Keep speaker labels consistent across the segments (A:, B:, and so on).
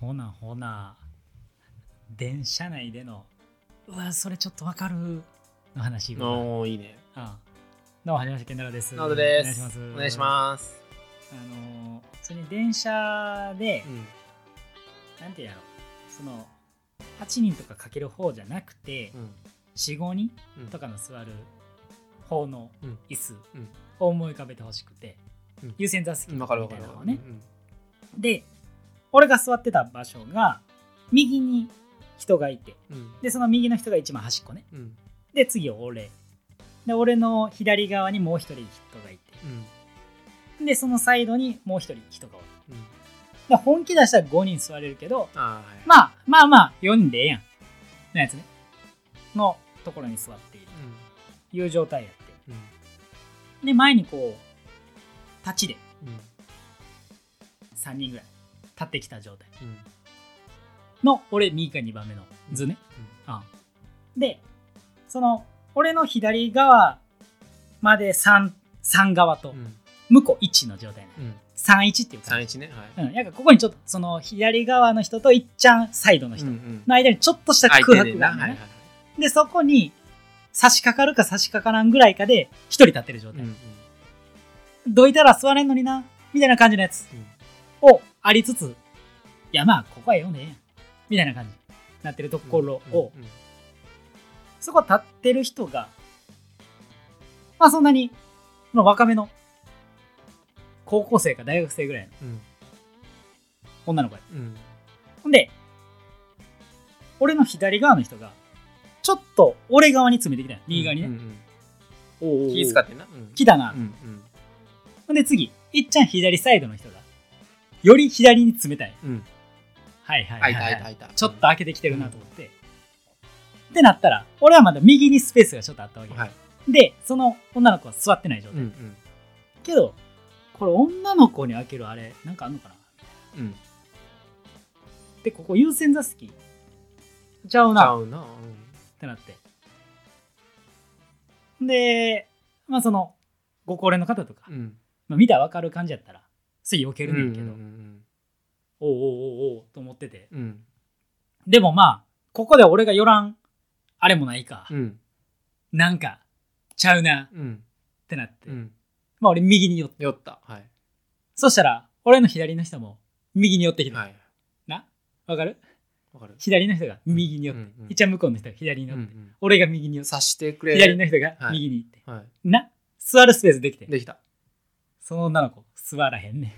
A: ほなほな電車内でのうわそれちょっとわかるの話を
B: おーいいね。
A: あどうもはじめまして健太郎です
B: なのでです。
A: お
B: お
A: 願
B: 願
A: い
B: い
A: し
B: し
A: ま
B: ます。
A: すあのー普通に電車で、
B: うん。
A: なんてやろうその8人とかかける方じゃなくて、
B: うん。
A: 45人
B: うん
A: とかの座る方の
B: うん
A: 椅子
B: うん
A: を思い浮かべてほしくて、
B: うん
A: 優先座席
B: うん
A: み
B: わ
A: た
B: か
A: い
B: るわかる
A: な。のを
B: うんう
A: ね、
B: ん
A: で俺が座ってた場所が右に人がいて
B: うん。
A: でその右の人が一番端っこね
B: うん。
A: で次俺で俺の左側にもう一人人がい
B: うん。
A: てでそのサイドにもう一人人がおる
B: うん。
A: で本気出したら5人座れるけど
B: あーはい。
A: まあまあまあ4人でええやんなやつねのところに座っているという状態やって
B: うん。
A: で前にこう立ちで
B: うん。うん。
A: 3人ぐらい立ってきた状態
B: うん。
A: の俺右か2番目の図ね、あでその俺の左側まで 3, 3側と
B: うん。
A: 向こう1の状態ね、
B: うん。
A: 31っていうか
B: 三一ね。はい。
A: うん、やっぱここにちょっとその左側の人といっちゃんサイドの人
B: うんう
A: の
B: ん。
A: 間にちょっとした空
B: 空いて
A: 白
B: ねん
A: が
B: な。
A: あるのね、
B: はいはいは
A: でそこに差し掛かるか差し掛からんぐらいかで1人立ってる状
B: い。
A: 態、
B: うん。
A: どいたら座れんのになみたいな感じのやつ
B: うん
A: をありつつ、いやまあ、ここは読んでええやん。みたいな感じになってるところを、
B: うんうん
A: そこ立ってる人が、まあそんなに、その若めの、高校生か大学生ぐらいの
B: うん。
A: 女の子や。
B: うん。
A: ほんで、俺の左側の人が、ちょっと俺側に詰めてきたよ。右側に
B: う
A: ね。
B: んうん
A: おうおうおう
B: 気使ってんな。うん
A: 来たな。
B: うんうん
A: ほんで次、いっちゃん左サイドの人が、より左に詰めたい。
B: うん。
A: はいはいは
B: あ
A: い、
B: い
A: は
B: た
A: い
B: い。たいた。
A: ちょっと開けてきてるなと思って。ってなったら、俺はまだ右にスペースがちょっとあったわけ。
B: はい。
A: で、その女の子は座ってない状
B: うん
A: 態。
B: うん
A: けど、これ女の子に開けるあれ、なんかあんのかな
B: うん。
A: で、ここ優先座席ちゃう
B: ちゃ
A: なっ
B: うな。うん
A: てなって。で、まあその、ご高齢の方とか、
B: うん。
A: まあ、見たらわかる感じやったら、すぐ避けるねんけど、
B: うんうん
A: おうおうおうおうと思ってて。
B: うんうん。
A: でもまあ、ここで俺が寄らん、あれもないか、
B: うん
A: なんか、ちゃうなっ
B: うん
A: てなって。
B: うん。
A: まあ俺右に寄って。
B: 酔った。はい。
A: そしたら、俺の左の人も右に寄ってきた。
B: はい。
A: なわかる
B: わかる。
A: 左の人が右に寄って。
B: うんうん
A: いっちゃん向こうの人が左に寄
B: う
A: っ
B: ん
A: て。
B: うん
A: 俺が右に寄って。
B: 察してくれ。
A: 左の人が右に行って。
B: は
A: な座るスペースできて
B: い。。できた。
A: その女の子、座らへんね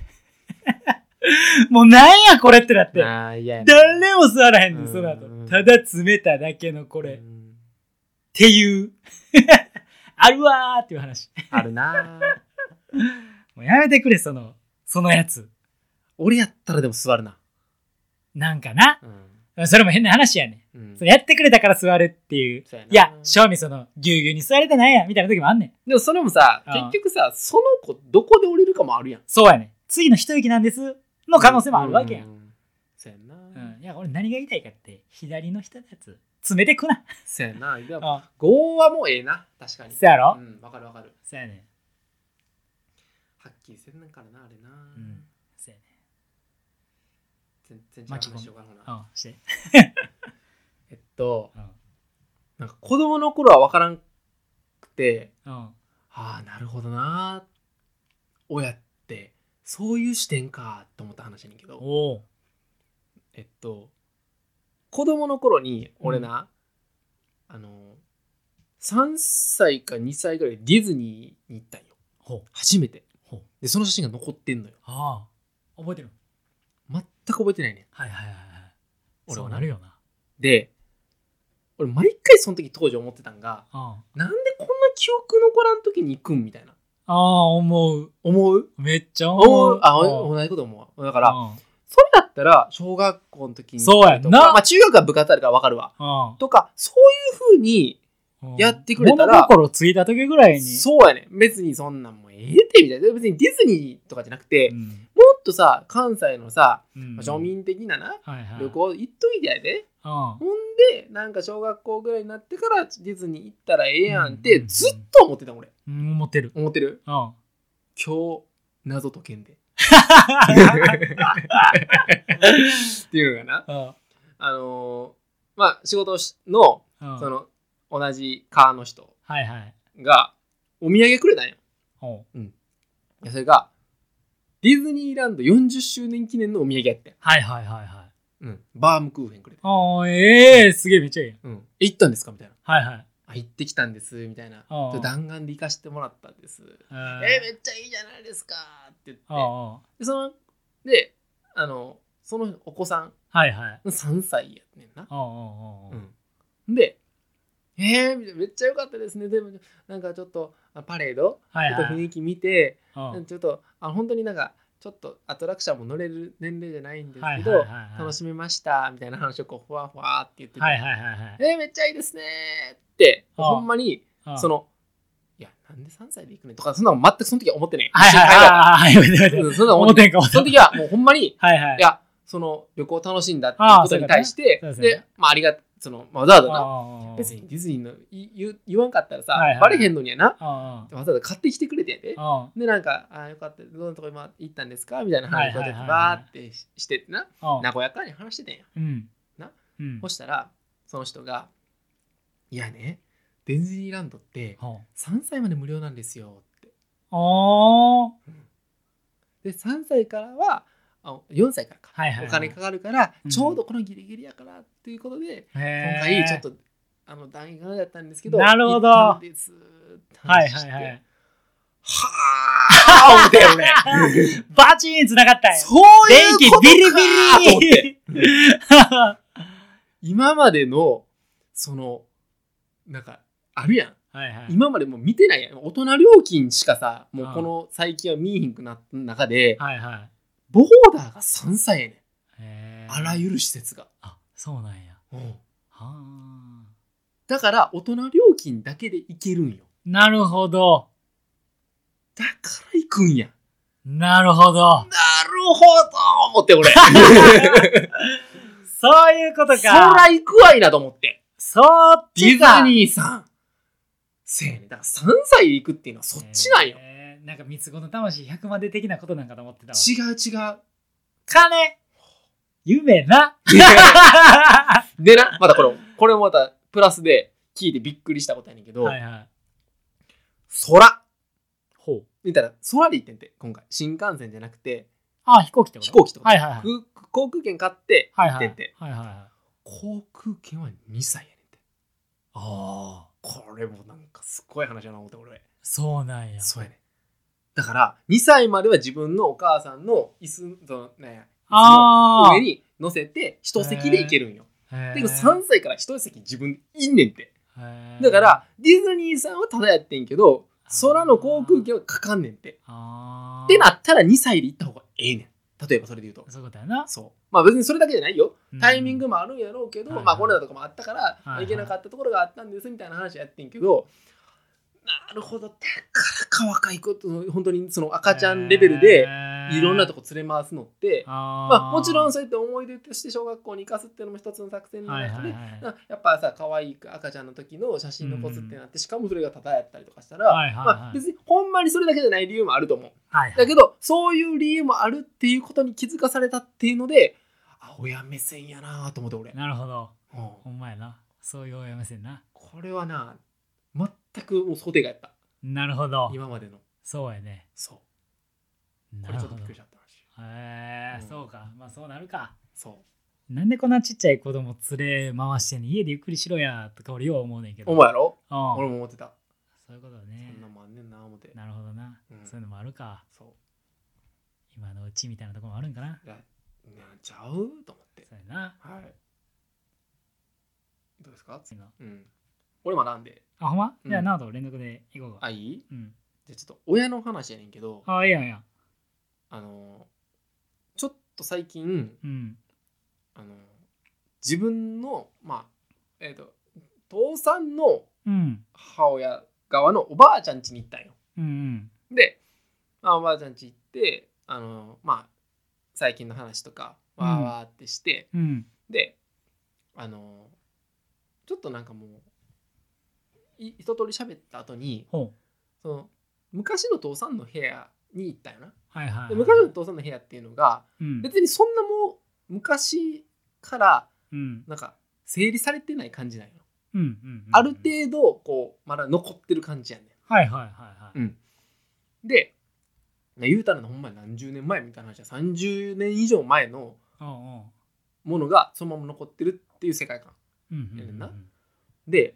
A: ん。 もうなんやこれってなって。
B: ああ、いや。
A: 誰も座らへんねん、
B: うん
A: その後
B: う。ん
A: ただ詰めただけのこれ。っ
B: うん
A: ていう。 あるわーっていう話。
B: あるな。
A: もうやめてくれ、その、そのやつ。
B: 俺やったらでも座るな。
A: なんかな。
B: うん
A: それも変な話やねん。
B: うん
A: それやってくれたから座るっていう。
B: そうやない
A: や、正味その、ぎゅうぎゅうに座れてないやんみたいな時もあんねん。
B: でもそれもさ、
A: うん
B: 結局さ、その子どこで降りるかもあるやん。
A: そうやねん。次の一息なんです。の可能性もあるわけや。
B: うんん。そうやな。
A: うん。いや、俺何が言いたいかって、左の人のやつ、詰めてくな。
B: そうやな。でも
A: あ
B: 5はもうええな。確かに。
A: そうやろ
B: うん、わかるわかる。
A: そうやね
B: はっきりせんなんからな、あれな。
A: ん。うん。そうやね
B: 全然違う
A: 巻き込む
B: 話しようかなほ
A: ん。
B: な。
A: うん。して。
B: えっと、
A: うん。
B: なんか子供の頃はわからんくて、
A: うん。
B: ああ、なるほどな。親って、そういう視点か、と思った話やねんけど。
A: おお。
B: えっと子供の頃に俺な、あの3歳か2歳ぐらいでディズニーに行ったんよ
A: ほう。
B: 初めて
A: ほう。
B: でその写真が残ってんのよ
A: ああ。覚えてる
B: 全く覚えてないねん
A: はいはいはいはい。
B: 俺
A: そう
B: は
A: なるよな。
B: で俺毎回その時当時思ってたんが
A: うん。あ
B: なんでこんな記憶残らん時に行くんみたいな
A: あ、思う。
B: 思う
A: めっちゃ思
B: 思
A: う
B: う。あ
A: うん
B: お同じこと思うだから、
A: うん。
B: それだったら小学校の時に
A: そうやんな
B: とかまあ、中学は部活あるから分かるわとかそういうふうに
A: うん。
B: やってくれたら
A: 物心ついた時ぐらいに。
B: そうやね別にそんなんもうええってみたいな別にディズニーとかじゃなくて、
A: う
B: も
A: ん。
B: っとさ関西のさ、
A: うん。
B: 庶民的なな
A: はいはい。
B: 旅行行っといてやで
A: うん。
B: ほんでなんか小学校ぐらいになってからディズニー行ったらええやんっ
A: う
B: て
A: ん
B: ずっと思ってた俺
A: うん、思ってる。
B: 思ってる
A: うん。
B: 今日謎解けんでっていうのがな、
A: うん
B: あのーまあ、仕事しの、
A: うん
B: その、同じ川の人
A: はいはい。
B: が、お土産くれたんよ。
A: おう
B: いやそれが、ディズニーランド40周年記念のお土産やってん。
A: はいはいはいはい。
B: うん。バームクーヘンくれて。
A: おーええすげえめっちゃいいやん。
B: うん。え行ったんですかみたいな。
A: はいはい。
B: あ、行ってきたんです、みたいな。
A: ああ
B: 弾丸で行かしてもらったんです。
A: え
B: え
A: ー
B: めっちゃいいじゃないですかって言って。
A: おうおう
B: で、その、で、あの、そのお子さん、
A: はいはい。
B: 3歳やねんな。
A: おうおうおうおう
B: うん、で、えーみたいな、めっちゃ良かったですね。でも、なんかちょっと、あパレード、
A: はい
B: ちょっ
A: は
B: と雰
A: い。
B: 囲気見て、
A: おう
B: ちょっと、あ本当になんか、ちょっとアトラクションも乗れる年齢じゃないんです
A: はい
B: け
A: はいは
B: ど
A: い、はい
B: 楽しめました、みたいな話をこう、ふわふわって言ってて、
A: はいはいはいはい。
B: えーめっちゃいいですねーって、
A: ああ
B: ほんまに、
A: うん
B: そ、の、いや、なんで3歳で行くねんとか、そんなの全くその時は思ってね
A: はいはいはいはい。はいはい
B: うんそんなの思
A: 思
B: って
A: っ
B: な
A: て
B: い
A: んか思って
B: そ
A: んか
B: の時は、もうほんまに、
A: はいはい
B: い。や、その旅行を楽しんだっていう
A: ああ
B: ことに対して、
A: そういうことねそうです
B: で
A: よね、
B: まあ、ありが、その、まあわざわざな、別
A: 別
B: に。ディズニーのい言言わんかったらさ、
A: はいはい
B: バレへんのにやな。
A: うんうん
B: わざわざ買ってきてくれてんで。
A: うん
B: で、なんか、ああ、よかった、どんなとこ今行ったんですかみたいな
A: はい
B: 話
A: はい
B: を
A: はいはい
B: バーってししてってな、
A: うん
B: 和やかに話しててんや。
A: うん。
B: な
A: うん
B: そ。したら、その人が、いやね、ディズニーランドって
A: ほう
B: 3歳まで無料なんですよって。
A: おー
B: で、3歳からは、あ4歳からか。
A: はいはいはい。
B: お金かかるから、
A: うん
B: ちょうどこのギリギリやからっていうことで、
A: 今
B: 今回ちょっとあの弾丸だったんですけど
A: なるほど
B: 行ったんですって
A: はい
B: 話
A: は
B: して
A: いはい。
B: はあ思って俺
A: バチーン繋がったんや。
B: そう
A: 電
B: いう
A: 気
B: ことか
A: ビリ
B: と思っ
A: ビ
B: て
A: リは
B: 今までのそのなんかあるやん
A: いはい。
B: 今までもう見てないやん大人料金しかさも
A: あ
B: う
A: あ
B: この最近は見えひんくなった中で
A: はいはい。
B: ボーダーが3歳やね
A: へ
B: ん
A: ー
B: あらゆる施設が、
A: あ、そうなんや。
B: うん
A: はあ。
B: だから大人料金だけで行けるんよ
A: なるほど。
B: だから行くんや
A: なるほど
B: な。るほど思って 俺
A: そういうこと
B: そら
A: か。
B: 行くわいなと思って。
A: そっ
B: ディ
A: ち
B: ズ
A: か。
B: ニーさん。せやね。だから3歳で行くっていうのはそっちなんよ。
A: へー。なんか三つ子の魂100まで的なことなんかと思ってたわ。
B: 違う違う。
A: 金夢な
B: でな、またこれ、これもまたプラスで聞いてびっくりしたことやねんけど、
A: はいはい。
B: 空。
A: ほう。
B: 見たら空で行ってんて、今回。新幹線じゃなくて、
A: あ、飛行機ってこと
B: 飛行機とか、
A: はいはいはい。
B: 空航空券買って
A: はい
B: 行
A: は
B: っ
A: い。
B: て
A: はいは
B: んて、
A: いはい。
B: 航空券は2歳やねんて。
A: ああ、
B: これもなんかすごい話やな思って俺。
A: そうなんや。
B: そうやね。だから、2歳までは自分のお母さんの椅子、その、ね、
A: あ
B: 上に乗せて、一席で行けるんよ。
A: あ。
B: で、3歳から一席自分いんねんって。
A: へー
B: だから、、ディズニーさんはただやってんけど、空の航空券はかかんねんって。
A: ああ。
B: ってなったら2歳で行った方がええねん。例えばそれで言うと。
A: そういうことやな。
B: そう。まあ別にそれだけじゃないよ。タイミング
A: も。
B: もあるんやろうけど、
A: はいはい
B: まあコロナとかもあったから、
A: いはい
B: 行けなかったところがあったんですみたいな話やってんけど、なるほど、だからか若いこと、本当にその赤ちゃんレベルで、いろんなと
A: こ。
B: こ連れ回すのって、ま
A: ま
B: あ、もちろんそうやって思い出として小学校に行かすっていうのも一つの作戦の
A: はい
B: 中
A: はい
B: で、
A: はい。
B: なやっぱさ可愛い赤ちゃんの時の写真残すってなって、しかもそれがただやったりとかしたら、
A: はいはいはい
B: まあ、別にほんまにそれだけじゃない理由もあると思う
A: はいはい
B: だけどそういう理由もあるっていうことに気づかされたっていうのであ親目線やなと思って俺、
A: なるほど。
B: うん
A: ほんまやな。そういう親目線な。
B: これはな全くもう想定外やった
A: なるほど。
B: 今までの
A: そうやね。
B: そう
A: な
B: これ
A: る
B: ちょっ
A: ほ
B: と
A: ど
B: びっく。りしちゃった話
A: へえ、
B: うん
A: そうか。まあそうなるか。
B: そう
A: なんでこんなちっちゃい子供連れ回してんねん家でゆっくりしろやとか俺よう思うねんけど。
B: お前やろ
A: うん
B: 俺も思ってた
A: そういうこと
B: そ
A: ね
B: ん。なんもあんねんな思って
A: なるほどな、
B: うん
A: そういうのもあるか。
B: そう
A: 今のうちみたいなところもあるんかな。
B: いやなんちゃうと思って
A: そうやな。
B: はいどうですか
A: 次の
B: うん俺もなんで
A: あ、ほんま、
B: うん
A: じゃあ、なおと連続で行こうか。
B: あいい
A: うん。
B: じゃあちょっと親の話やねんけど
A: あ、いいやんいいやん。
B: あのーちょっと最近
A: うん。
B: あのー自分のまあえっ、と父さんの
A: うん。
B: 母親側のおばあちゃん家に行ったんよ
A: うんうん。
B: で、まあ、おばあちゃん家行ってあのーまあ最近の話とか
A: うん
B: わーわーってして、
A: うん。
B: であのーちょっとなんかもうい一通り喋った後に
A: ほう。
B: その昔の父さんの部屋に行ったよな
A: はいはいはい。
B: で昔のお父さんの部屋っていうのが
A: うん、
B: 別にそんなもう昔から
A: うん、
B: なんか整理されてない感じなんよ
A: うん、うんうん。
B: ある程度こうまだ残ってる感じやね
A: はいはいはいはい。
B: んうんでな言うたらほんまに何十年前みたいな話は30年以上前の
A: うん
B: ものがそのまま残ってるっていう世界観
A: うんうん
B: やねん
A: う
B: なんで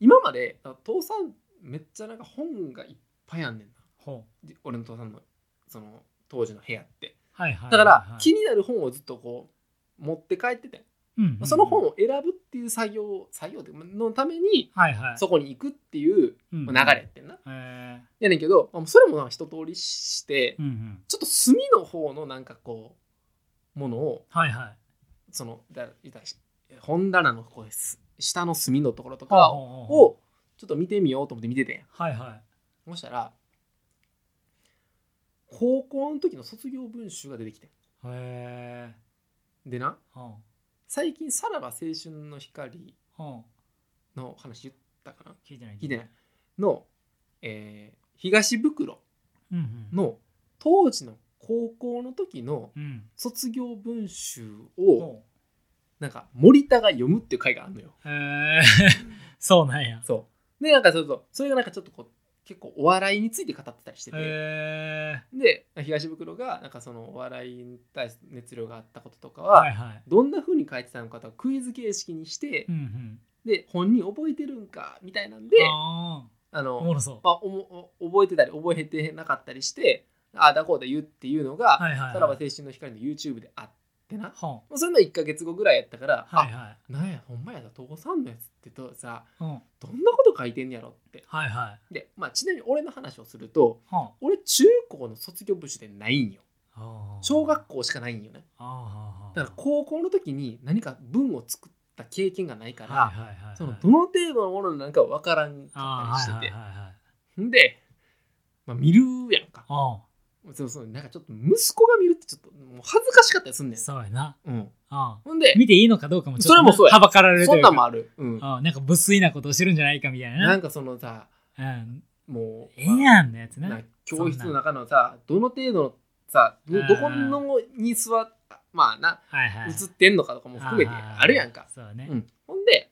B: 今まであ父さんめっちゃなんか本がいっぱいあんねんな
A: ほう
B: で俺の父さんのその当時の部屋って
A: はいはいはいはい。
B: だから気になる本をずっとこう持って帰ってて
A: うんうんうん
B: その本を選ぶっていう作業を作業でのために
A: はいはい。
B: そこに行くっていう
A: うん
B: 流れやってんな。
A: へ
B: やねんけどまあそれもなんか一通りして
A: ーうんうん。
B: ちょっと墨の方のなんかこうものを
A: はいはい。
B: そのだいたし本棚のこうす下の墨のところと
A: ほう
B: か
A: ほうほう
B: をちょっと見てみようと思って見ててんや
A: はいはい。
B: そしたら高校の時の卒業文集が出てきて
A: へえ。
B: んでな
A: ほ
B: 最近「さらば青春の光
A: うほ」
B: の話言ったかな
A: う聞いてない。
B: 聞いてない。の、えー東袋
A: うんうん。
B: の当時の高校の時の
A: うん。
B: 卒業文集を
A: ほ
B: なんか森田が読むっていう回があるのよ。
A: うへえ。 そうなんや。
B: そうでなんかそうそうそれがなんかちょっとこう結構お笑いについて語ってたりしてて
A: へえ。
B: で東袋がなんかそのお笑いに対する熱量があったこととか
A: はい
B: は
A: はい。
B: どんな風に書いてたのかとかクイズ形式にして
A: うんうん。
B: で本人覚えてるんかみたいなんで
A: あ
B: あ
A: あ。お
B: の
A: もろそう。
B: まあ、おもお覚えてたり覚えてなかったりしてああだこうだ言うっていうのが、
A: はいはいはい
B: さらば青春の光の YouTube であってな
A: ほ
B: もうそれの1か月後ぐらいやったから、
A: うはいはい。
B: あなんやほんまやな父さんのやつってどうさ
A: うん。
B: どんなこと書いてんやろって
A: はいはい。
B: で、まあ、ちなみに俺の話をすると
A: ほう
B: 俺中高の卒業部集でないんよ
A: あー
B: 小学校しかないんよね
A: あー
B: だから高校の時に何か文を作った経験がないから、
A: はいはいはいはい。
B: そのどの程度のものなんか分からんか
A: あ
B: ったりして
A: ー
B: て、
A: はいはいはいはい。
B: んで、まあ、見るやんか
A: あ
B: そうそうなんかちょっと息子が見るってちょっともう恥ずかしかったりすんね
A: あ、
B: ん。
A: そうやな。
B: うん、
A: あ
B: ほんで
A: あ見ていいのかどうかもちょっと
B: それもそうや
A: はばかられる
B: そ
A: という
B: んなん
A: か
B: もある、うん、
A: ああなんか無粋なことをしてるんじゃないかみたい
B: な
A: な。
B: んかそのさ
A: うん。
B: もう
A: ええやんのやつ
B: まあ
A: な
B: な。教室の中のさどの程度のさど
A: あー
B: どこのに座っまあな
A: はいはい。
B: 映ってんのかとかも含めてあるやんか
A: あ、あそうね
B: う。ん、ほんで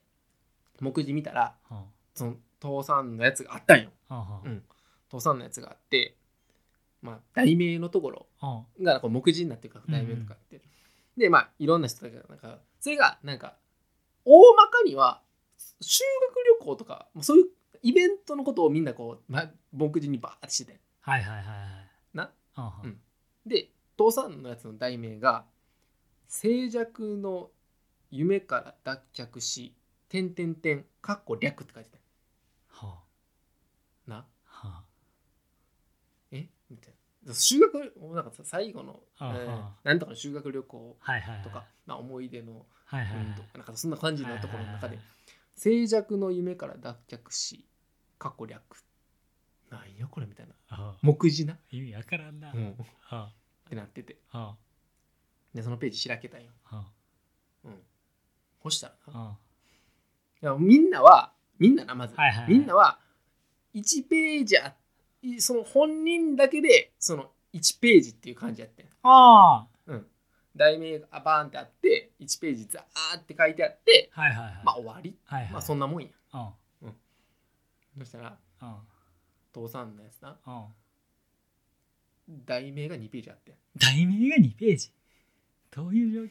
B: 目次見たら
A: ほう
B: その父さんのやつがあったんよ
A: ほうほ
B: う
A: うん
B: 父さんのやつがあってまあ題名のところ
A: ほ
B: がこう目次になってるから題名とかって、でまあいろんな人たちがなんかそれがなんか大まかには修学旅行とかもうそういうイベントのことをみんなこう、ま、目次にバーってして
A: う
B: て
A: はいはいはいはい。
B: な
A: ほうほう
B: うんで父さんのやつの題名が「静寂の夢から脱却し」「点点点」「かっこ略」って書いてた
A: ほう
B: な
A: ほう
B: えみたいな修学なんかさ最後の、え
A: はあはあ
B: ーなんとかの修学旅行
A: はいはいはい。
B: とか、まあ、思い出の
A: はいはいはい。
B: うんとかなんかそんな感じのところの中
A: はいはい
B: で
A: はい
B: 静寂の夢から脱却し過去略なんやこれみたいな
A: ああ
B: 目次な、
A: 意味わからんな。
B: うんっ
A: あ
B: てなってて
A: あ
B: でそのページ開けたんよ、
A: ああ
B: うん、そしたらな
A: あ
B: いやみんなはみんななまず、
A: はいはいはい
B: みんなは1ページあいその本人だけでその1ページっていう感じやってん
A: ああ
B: うん題名がバーンってあって1ページザーって書いてあって
A: はいはいはい。
B: まあ終わり、
A: はいはい。
B: まあそんなもんや
A: うん
B: そしたら
A: うん
B: 父さんのやつな
A: うん
B: 題名が2ページあって
A: 題名が2ページどういう状況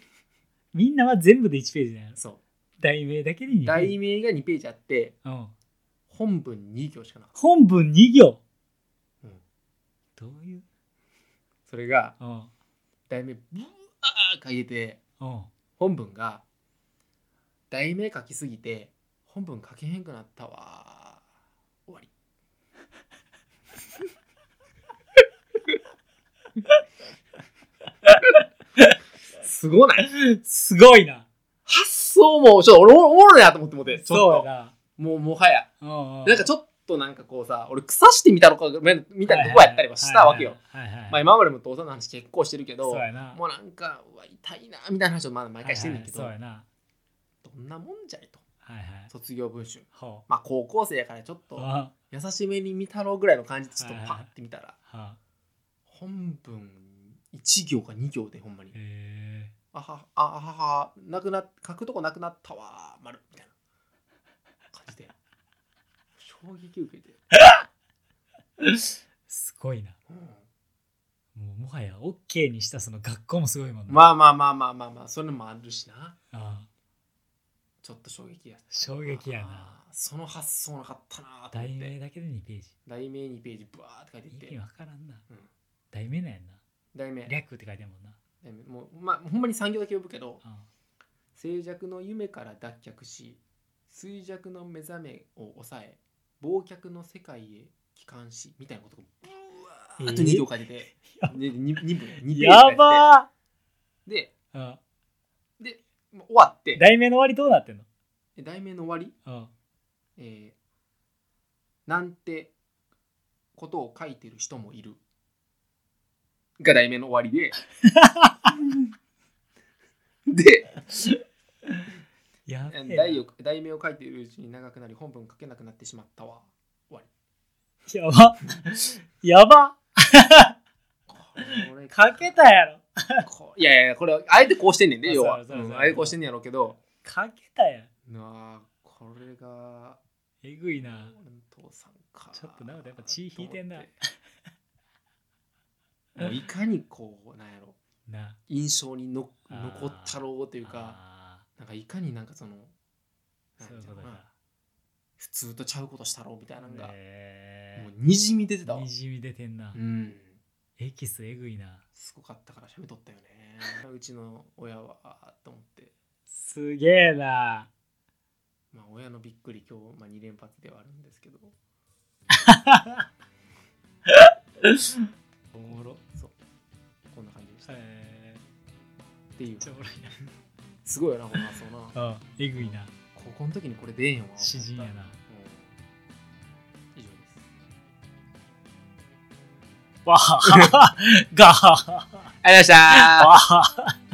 A: みんなは全部で1ページなの
B: そ
A: 題名だけで2ペ
B: う
A: ー
B: 題
A: ジ、
B: 名が2ページあって
A: うん、
B: 本文2行しかなかっ
A: 本文2行
B: た、うん
A: どういう
B: それが
A: うん
B: 題名ブワー書いてて
A: うん
B: 本文が題名書きすぎて本文書けへんくなったわ終わりすごない
A: すごいな
B: 発想もちょっと俺おもろいなと思ってもてち
A: そ
B: ょ
A: う
B: っと
A: だ
B: もうもはや
A: な
B: なんかちょっとなんかこうさ俺草してみたのかみたいなとこやったりはしたわけよ。
A: はいはいはいはい
B: まあ今までも父さんの話結構してるけど
A: そうやな
B: もうなんかうわ痛いなみたいな話をまだ毎回してるんだけど
A: はいはいそうやな
B: どんなもんじゃいと
A: はいはい
B: 卒業文集
A: ほう
B: まあ高校生やからちょっと
A: あ
B: 優しめに見たろうぐらいの感じでちょっと
A: はいはい
B: パッて見たら
A: あ
B: 本文1行か2行でほんまに
A: へ
B: 「あはあははなくな書くとこなくなったわ丸みたいな感じで衝撃受けて、
A: すごいな
B: うん
A: もうもはや OK にしたその学校もすごいもんな、
B: まあまあまあまあまあまあそれもあるしな
A: ああ
B: ちょっと衝撃や
A: 衝撃やな
B: あーその発想なかったなと思っ
A: 題名
B: て
A: だけで2ページ
B: 題名2ページブワーって書いていっ
A: 意
B: て
A: 味わからんな、
B: うん
A: 題名なんやんな
B: 題名
A: 略って書いてあるもんな
B: 題名もう、まあ、ほんまに産業だけ呼ぶけど
A: あ
B: 静寂の夢から脱却し衰弱の目覚めを抑え忘却の世界へ帰還しみたいなことがブワーっと2行書いてて、
A: やば
B: ね、2, 分2ページ書いてて
A: やば
B: で
A: ーあ
B: もう終わって
A: 題名の終わりどうなってんの
B: 題名の終わり
A: あ
B: えーなんてことを書いてる人もいるが題名の終 わりでで
A: やべえな
B: 題を題名を書いているうちに長くなり本文書けなくなってしまったわ
A: やばやば
B: これ
A: かけたやろ
B: こいやいやこれあえてこうしてんねんね
A: あ
B: 要は
A: そうそうそう
B: うんあえてこうしてんねんやろうけど
A: かけたやん
B: なあこれが
A: えぐいな
B: 俺の父さんか
A: ちょっとなんかやっぱ血引いてん な
B: と思ってもういかにこうなんやろ
A: な
B: 印象にの
A: あー
B: 残ったろうというか
A: あ
B: なんかいかになんかその
A: ー
B: な
A: そ
B: ん
A: う
B: てい
A: いううこ
B: の
A: と
B: か
A: か
B: な普通とちゃうことしたろうみたいなのが、
A: え
B: もうにじみ出てたわ
A: にじみ出てんな、
B: うん
A: エキスえぐいな
B: すごかったから喋っとったよねうちの親はと思って
A: すげえな
B: まあ親のびっくり今日、まあ、2連発ではあるんですけど おもろそうこんな感じでした、
A: え
B: っていう
A: ー、ちょおもろい
B: すごいよなこの発想な
A: なあえぐいな
B: 高校の時に これ出えんよな
A: 詩人やな
B: 以上です
A: わはははがはは
B: ありがとうございました
A: わはは